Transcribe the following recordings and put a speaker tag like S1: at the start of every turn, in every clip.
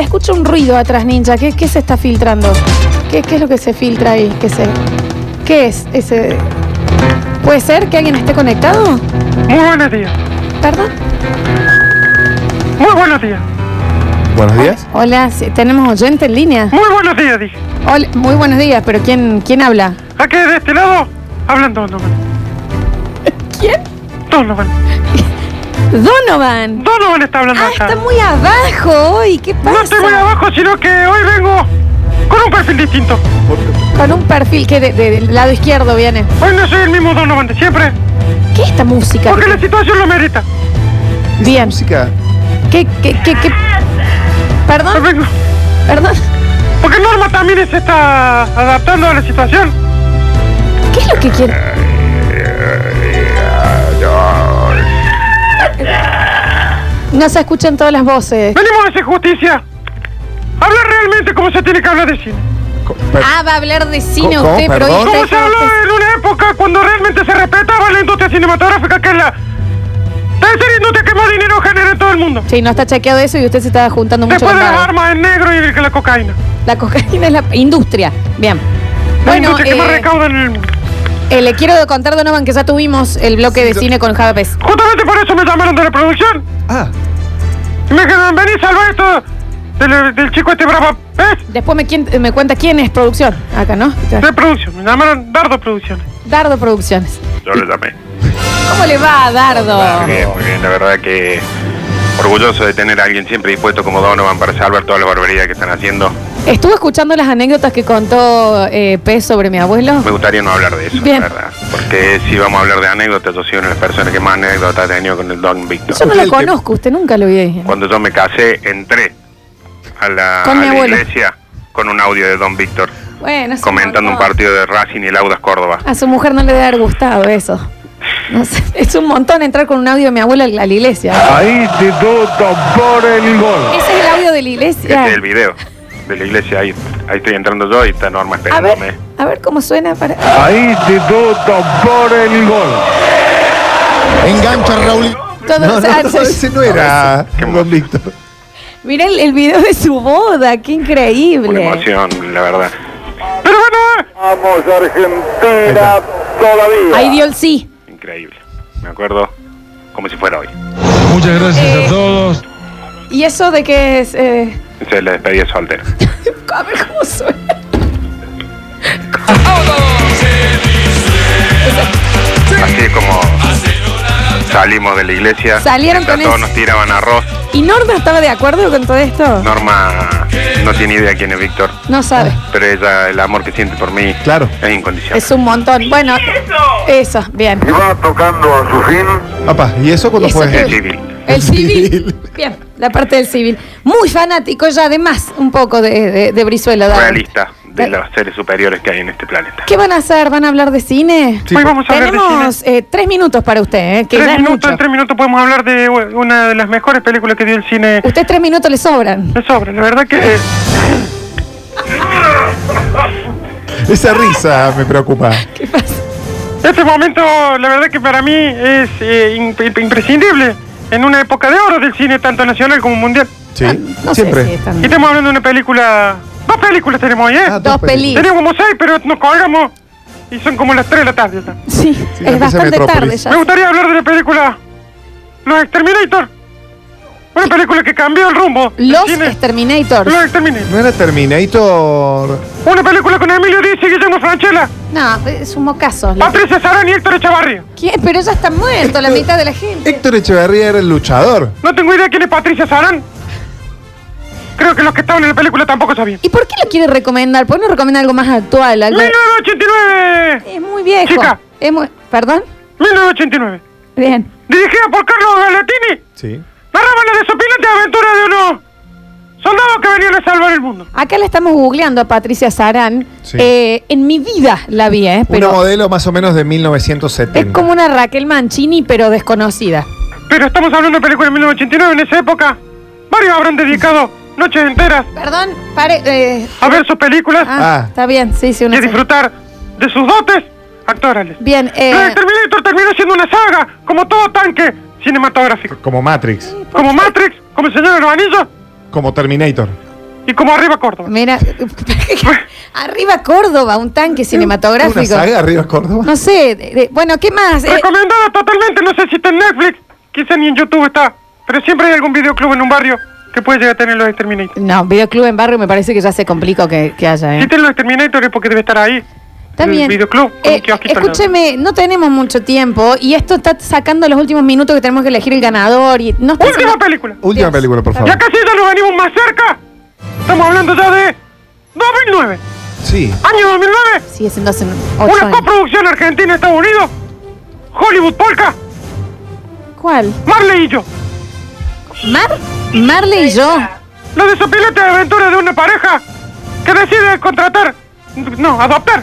S1: escucho un ruido atrás, ninja. ¿Qué, qué se está filtrando? ¿Qué, qué es lo que se filtra ahí? ¿Qué, se, ¿Qué es ese? ¿Puede ser que alguien esté conectado?
S2: Muy buenos días.
S1: ¿Perdón?
S2: Muy buenos días.
S3: Buenos días.
S1: Hola, sí, tenemos oyente en línea.
S2: Muy buenos días, dije.
S1: Hola, muy buenos días, pero ¿quién, quién habla?
S2: Aquí de este lado, hablan Donovan.
S1: ¿Quién?
S2: Donovan.
S1: Donovan.
S2: Donovan está hablando
S1: Ah,
S2: acá.
S1: está muy abajo hoy. ¿Qué pasa?
S2: No estoy muy abajo, sino que hoy vengo con un perfil distinto.
S1: Con un perfil que de- de- del lado izquierdo viene.
S2: Hoy no soy el mismo Donovan de siempre,
S1: ¿Qué es esta música?
S2: porque la situación lo merita.
S1: Bien.
S3: Música.
S1: ¿Qué, qué, qué, qué?
S2: Hoy
S1: ¿Perdón?
S2: vengo.
S1: ¿Perdón?
S2: Porque Norma también se está adaptando a la situación.
S1: ¿Qué es lo que quiere? No se escuchan todas las voces.
S2: Venimos a hacer justicia. Hablar realmente como se tiene que hablar de cine.
S3: Co- per-
S1: Ah, va a hablar de cine
S3: ¿Cómo?
S1: usted, pero hoy
S3: ¿Perdón?
S2: Como Pues se
S1: está...
S2: habló en una época cuando realmente se respetaba la industria cinematográfica, que es la tercera industria que más dinero genera en todo el mundo.
S1: Sí, no está chequeado eso y usted se está juntando mucho
S2: Después
S1: con
S2: de las
S1: Nardo.
S2: armas en negro y la cocaína.
S1: La cocaína es la industria. Bien.
S2: La
S1: Bueno,
S2: industria que más
S1: eh,
S2: recauda en el mundo.
S1: eh, le quiero contar, Donovan, que ya tuvimos el bloque de cine con Javapes.
S2: Justamente por eso me llamaron de la producción.
S3: Ah,
S2: Y me dijeron, vení, salva esto del, del chico este bravo pez
S1: Después me, quien- me cuenta quién es producción. Acá, ¿no?
S2: de producción. Me llamaron Dardo Producciones.
S1: Dardo Producciones.
S4: Yo le llamé.
S1: ¿Cómo le va a
S4: Muy
S1: Dardo?
S4: bien, muy bien. La verdad que orgulloso de tener a alguien siempre dispuesto como Donovan para salvar todas las barbaridades que están haciendo.
S1: Estuve escuchando las anécdotas que contó eh, Pez sobre mi abuelo.
S4: Me gustaría no hablar de eso,
S1: Bien.
S4: la verdad. Porque si vamos a hablar de anécdotas, yo soy una de las personas que más anécdotas ha tenido con el Don Víctor.
S1: Yo no
S3: El
S1: lo
S3: que-
S1: conozco, usted nunca lo vi.
S4: Cuando yo me casé, entré a la,
S1: Con
S4: a
S1: mi
S4: la
S1: abuelo.
S4: iglesia con un audio de Don Víctor
S1: Bueno, sí,
S4: comentando
S1: no,
S4: un
S1: no.
S4: partido de Racing y Laudas Córdoba.
S1: A su mujer no le debe haber gustado eso. No sé, es un montón entrar con un audio de mi abuelo a la iglesia.
S5: Ahí te doto por el gol.
S1: Ese es el audio de la
S4: Este
S1: iglesia.
S4: es el video de la iglesia. Ahí, ahí estoy entrando yo y está Norma
S1: A
S4: esperándome.
S1: ver, a ver cómo suena para.
S5: Ahí te doto por el gol.
S3: engancha Raúl.
S1: Todo-
S3: no,
S1: o sea,
S3: no, no, ese no era Don Víctor.
S1: Mira el, el video de su boda, qué
S4: Una
S1: increíble.
S4: emoción, la verdad.
S2: Pero bueno, eh,
S6: Vamos Argentina todavía.
S1: Ahí dio el sí.
S4: Increíble. Me acuerdo como si fuera hoy.
S5: Muchas gracias
S1: Eh.
S5: a todos.
S1: ¿Y eso de qué es? eh?
S4: Esa es la despedida soltera.
S1: A ver cómo suena.
S4: Así es como salimos de la iglesia.
S1: Salieron
S4: Mientras
S1: con
S4: todos
S1: ese-
S4: nos tiraban arroz.
S1: ¿Y Norma estaba de acuerdo con todo esto?
S4: Norma no tiene idea quién es Víctor.
S1: No sabe.
S4: Pero ella, el amor que siente por mí
S3: Claro.
S4: es incondicional.
S1: Es un montón. Bueno, eso, bien.
S6: Y va tocando a su fin.
S3: Papá, ¿y eso cuando
S1: Eso
S3: fue?
S1: que-
S4: Es civil.
S1: El civil.
S3: Civil.
S1: Bien, la parte del civil. Muy fanático ya, además, un poco de, de, de Brizuela. Dardo.
S4: Realista de los seres superiores que hay en este planeta.
S1: ¿Qué van a hacer? ¿Van a hablar de cine?
S3: Sí,
S2: hoy
S3: por-
S2: vamos a hablar de cine.
S1: pues. Tenemos eh, tres minutos para usted, eh, que ya
S2: Tres
S1: es
S2: minutos,
S1: mucho.
S2: en tres minutos podemos hablar de u- una de las mejores películas que dio el cine
S1: Usted tres minutos le sobran.
S2: de sobre. La verdad que eh,
S3: Esa risa me preocupa.
S1: ¿Qué pasa?
S2: este momento, la verdad que para mí es eh, imp- imp- imprescindible en una época de oro del cine, tanto nacional como mundial.
S3: Sí,
S1: Ah, No
S3: siempre.
S1: sé si están-
S2: Y estamos hablando de una película... Dos películas tenemos hoy, ¿eh?
S3: Ah,
S1: Dos películas.
S2: Tenemos como seis, pero nos colgamos y son como las tres de la tarde. ya.
S1: Sí,
S3: Sí,
S1: es
S3: empieza
S1: bastante tarde
S3: Metrópolis.
S1: ya.
S2: Me gustaría hablar de la película Los Exterminator. Una película que cambió el rumbo. del
S1: Los
S2: cine.
S1: Exterminators.
S2: Los Exterminator.
S3: ¿No era Terminator?
S2: Una película con Emilio Dice, Guillermo Franchella,
S1: No, es un mocazo.
S2: Patricia Sarán y Héctor Echavarría.
S1: ¿Quién? Pero ya está muerto la mitad de la gente.
S3: Héctor Echeverría era el luchador.
S2: No tengo idea quién es Patricia Sarán. Creo que los que estaban en la película tampoco sabían.
S1: ¿Y por qué lo quiere recomendar? ¿Por qué no recomienda algo más actual? Algo...
S2: 1989.
S1: Es muy viejo.
S2: Chica.
S1: Es muy... ¿Perdón?
S2: 1989.
S1: Bien.
S2: Dirigida por Carlos Galatini.
S3: Sí.
S2: Narraba la desopilante aventura de unos soldados que venían a salvar el mundo.
S1: Acá la estamos googleando a Patricia Sarán.
S3: Sí.
S1: Eh, en mi vida la vi, ¿eh?
S3: Una
S1: Pero
S3: modelo más o menos de 1970.
S1: es como una Raquel Mancini, pero desconocida.
S2: Pero estamos hablando de películas de 1989. En esa época, varios habrán dedicado noches enteras
S1: Perdón, pare. eh,
S2: a ver sus películas
S1: ah,
S3: Ah.
S1: está bien, sí, sí,
S2: y
S1: una.
S2: a disfrutar de sus dotes actorales.
S1: Bien,
S2: Los
S1: eh,
S2: Exterminator terminó siendo una saga, como todo tanque cinematográfico.
S3: Como Matrix.
S2: Como Matrix, como el Señor de los Anillos,
S3: Como Terminator.
S2: Y como arriba Córdoba.
S1: Mira, arriba Córdoba, un tanque
S3: Una
S1: cinematográfico.
S3: saga arriba Córdoba.
S1: No sé, de- de- bueno, ¿qué más? Eh,
S2: Recomendada totalmente, no sé si está en Netflix, quizá ni en YouTube está, pero siempre hay algún videoclub en un barrio que puede llegar a tener los Exterminators.
S1: no, videoclub en barrio me parece que ya se complicó que, que haya.
S2: Si
S1: ¿eh?
S2: tiene los Exterminators es porque debe estar ahí.
S1: También.
S2: El videoclub, con
S1: Eh,
S2: un kiosquito al lado.
S1: escúcheme, no tenemos mucho tiempo y esto está sacando los últimos minutos que tenemos que elegir el ganador y no está
S2: Última
S1: haciendo-
S2: película.
S3: Última
S1: Dios.
S3: película, por
S2: Ya
S3: favor.
S2: casi ya lo venimos más cerca. Estamos hablando ya de 2009.
S3: Sí.
S2: Año 2009.
S1: Sigue siendo hace ocho
S2: Una
S1: años.
S2: coproducción Argentina-Estados Unidos. Hollywood Polka.
S1: ¿Cuál?
S2: Marley y yo.
S1: Mar, Marley y yo.
S2: La desopilante aventura de una pareja que decide contratar, no, adoptar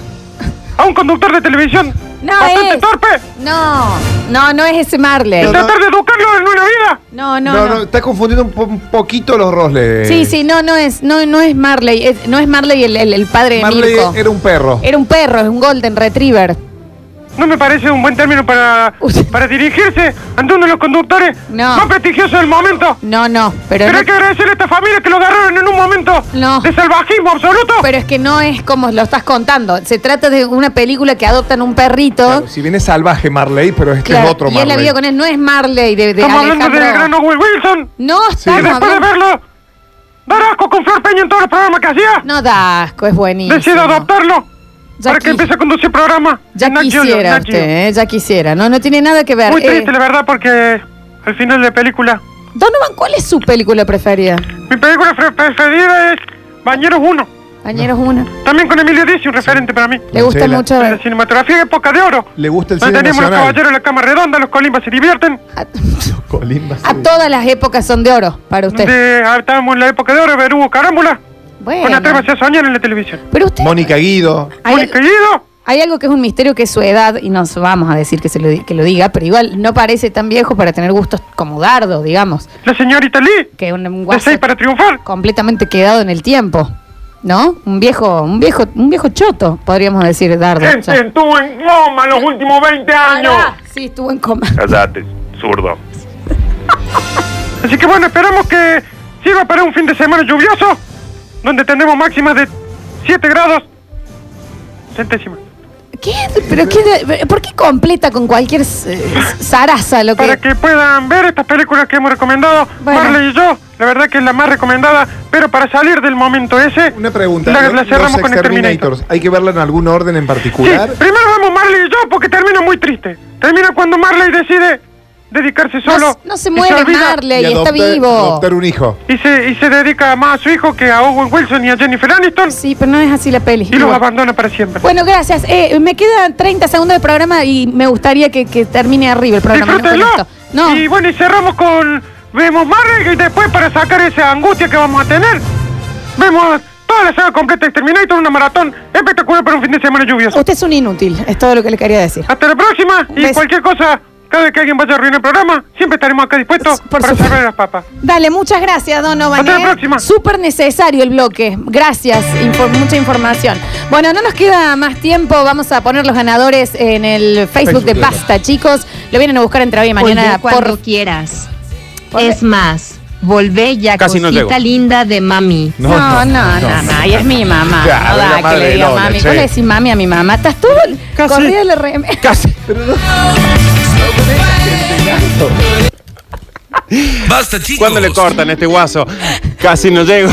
S2: a un conductor de televisión
S1: No
S2: bastante
S1: es.
S2: torpe
S1: No, no, no es ese Marley.
S2: y
S3: No, no.
S2: tratar de educarlo en una vida.
S1: No, no,
S3: No,
S1: no.
S3: no, está Eh. confundiendo un, po- un poquito los roles.
S1: Sí, sí, no, no es, no, no es Marley, es- no es Marley el, el- el padre de
S3: Marley
S1: Mirko.
S3: era un perro.
S1: Era un perro, es un golden retriever.
S2: No me parece un buen término para,
S1: Uy.
S2: para dirigirse ante uno de los conductores
S1: No.
S2: más prestigiosos del momento.
S1: No, no, pero
S2: Pero
S1: no-
S2: hay que agradecerle a esta familia que lo agarraron en un momento
S1: No.
S2: de salvajismo absoluto.
S1: pero es que no es como lo estás contando. Se trata de una película que adoptan un perrito.
S3: Claro, si bien es salvaje Marley, pero este
S1: Claro,
S3: es otro
S1: y él la
S3: Marley.
S1: vida con él, no es Marley de, de
S2: Estamos hablando
S1: Alejandro.
S2: del gran Owen Wilson.
S1: No,
S2: Y
S1: estamos
S2: después de
S1: hablando-
S2: verlo, dar asco con Flor Peña en todos los programas que hacía,
S1: No da asco, es buenísimo.
S2: decide adoptarlo
S1: Ya
S2: para que
S1: qui-
S2: empiece a conducir programa.
S1: Ya
S2: Nat Geo,
S1: quisiera
S2: Nat Geo.
S1: usted, eh, ya quisiera. No, no tiene nada que ver.
S2: Muy
S1: Eh,
S2: triste, la verdad, porque al final de la película.
S1: Donovan, ¿cuál es su película preferida?
S2: Mi película pre- preferida es Bañeros 1.
S1: Bañeros una.
S2: También con Emilio Dizzi, un referente para mí.
S1: Le gusta
S3: Marcela.
S1: mucho.
S2: En la cinematografía época de oro.
S3: Le gusta el
S2: Donde
S3: cine
S2: tenemos los
S3: nacional.
S2: caballeros en la cama redonda, los colimbas se divierten.
S1: A,
S3: Colín va a
S1: a
S3: ser-
S1: todas las épocas son de oro para usted.
S2: Donde ah, estábamos en la época de oro, Berugo Carámbula. Con
S1: bueno,
S2: Atrévase a soñar en la televisión.
S1: pero usted.
S3: Mónica Guido.
S1: hay,
S2: Mónica Guido.
S1: hay algo que es un misterio que es su edad, y no vamos a decir que, se lo, di- que lo diga, pero igual no parece tan viejo para tener gustos como dardo, digamos.
S2: La señorita Lee.
S1: Que un, un
S2: De
S1: guaso
S2: 6 para triunfar.
S1: completamente quedado en el tiempo. ¿No? Un viejo, un viejo, un viejo choto, podríamos decir, dardo.
S2: Este
S1: ya.
S2: estuvo en coma los últimos 20 años.
S1: Ah, Sí, estuvo en coma.
S4: Callate, zurdo.
S2: Así que bueno, esperamos que sirva para un fin de semana lluvioso, donde tendremos máximas de 7 grados centésimas.
S1: ¿Qué? ¿Pero qué? ¿Por qué completa con cualquier eh, zaraza lo
S2: Para
S1: que...
S2: que puedan ver estas películas que hemos recomendado,
S1: Bueno.
S2: Marley y yo, la verdad que es la más recomendada, pero para salir del momento ese,
S3: Una pregunta.
S2: la,
S3: ¿lo-
S2: la
S3: los
S2: cerramos con Exterminator.
S3: Exterminators, ¿hay que verla en algún orden en
S2: Sí,
S3: particular?
S2: primero vamos Marley y yo porque termina muy triste. Termina cuando Marley decide dedicarse
S1: No,
S2: solo.
S1: no se
S2: y
S1: mueve
S2: olvida-
S1: Marley, está
S3: adoptar-
S1: vivo.
S3: Adoptar un hijo.
S2: Y se, y se dedica más a su hijo que a Owen Wilson y a Jennifer Aniston
S1: Sí, pero no es así la peli.
S2: y los
S1: Bueno.
S2: abandona para siempre.
S1: Bueno, gracias. Eh, me quedan 30 segundos de programa y me gustaría que, que termine arriba el programa. no con
S2: Disfrútenlo.
S1: esto. No,
S2: Y bueno, y cerramos con. Vemos Marvel y después, para sacar esa angustia que vamos a tener, vemos toda la saga completa de Exterminator, una maratón espectacular para un fin de semana lluvioso.
S1: usted es un inútil, es todo lo que le quería decir.
S2: Hasta la próxima y
S1: Beso.
S2: cualquier cosa, cada vez que alguien vaya a arruinar el programa, siempre estaremos acá dispuestos
S1: Por
S2: para
S1: supuesto.
S2: salvar a las papas.
S1: Dale, muchas gracias, Donovan.
S2: Hasta la
S1: ¿eh?
S2: próxima.
S1: Súper necesario el bloque. Gracias, info- mucha información. Bueno, no nos queda más tiempo. Vamos a poner los ganadores en el Facebook,
S3: Facebook
S1: de
S3: Live.
S1: Pasta, chicos. Lo vienen a buscar entre hoy y mañana
S7: Volvé cuando
S1: por.
S7: quieras.
S1: por-
S7: Es más, volvé ya
S8: Casi no
S7: cosita
S8: llego.
S7: linda de mami.
S1: No, no, no, no, Y es mi mamá.
S3: Claro,
S1: no
S3: la
S1: da que
S3: madre
S1: le
S3: de
S1: diga
S3: Lola,
S1: mami.
S3: che.
S1: ¿Cómo le decís mami a mi mamá? ¿Estás tú?
S8: Casi.
S1: Corrida la remera.
S8: Casi.
S9: Basta chicos.
S8: ¿Cuándo le cortan este guaso? Casi no llego.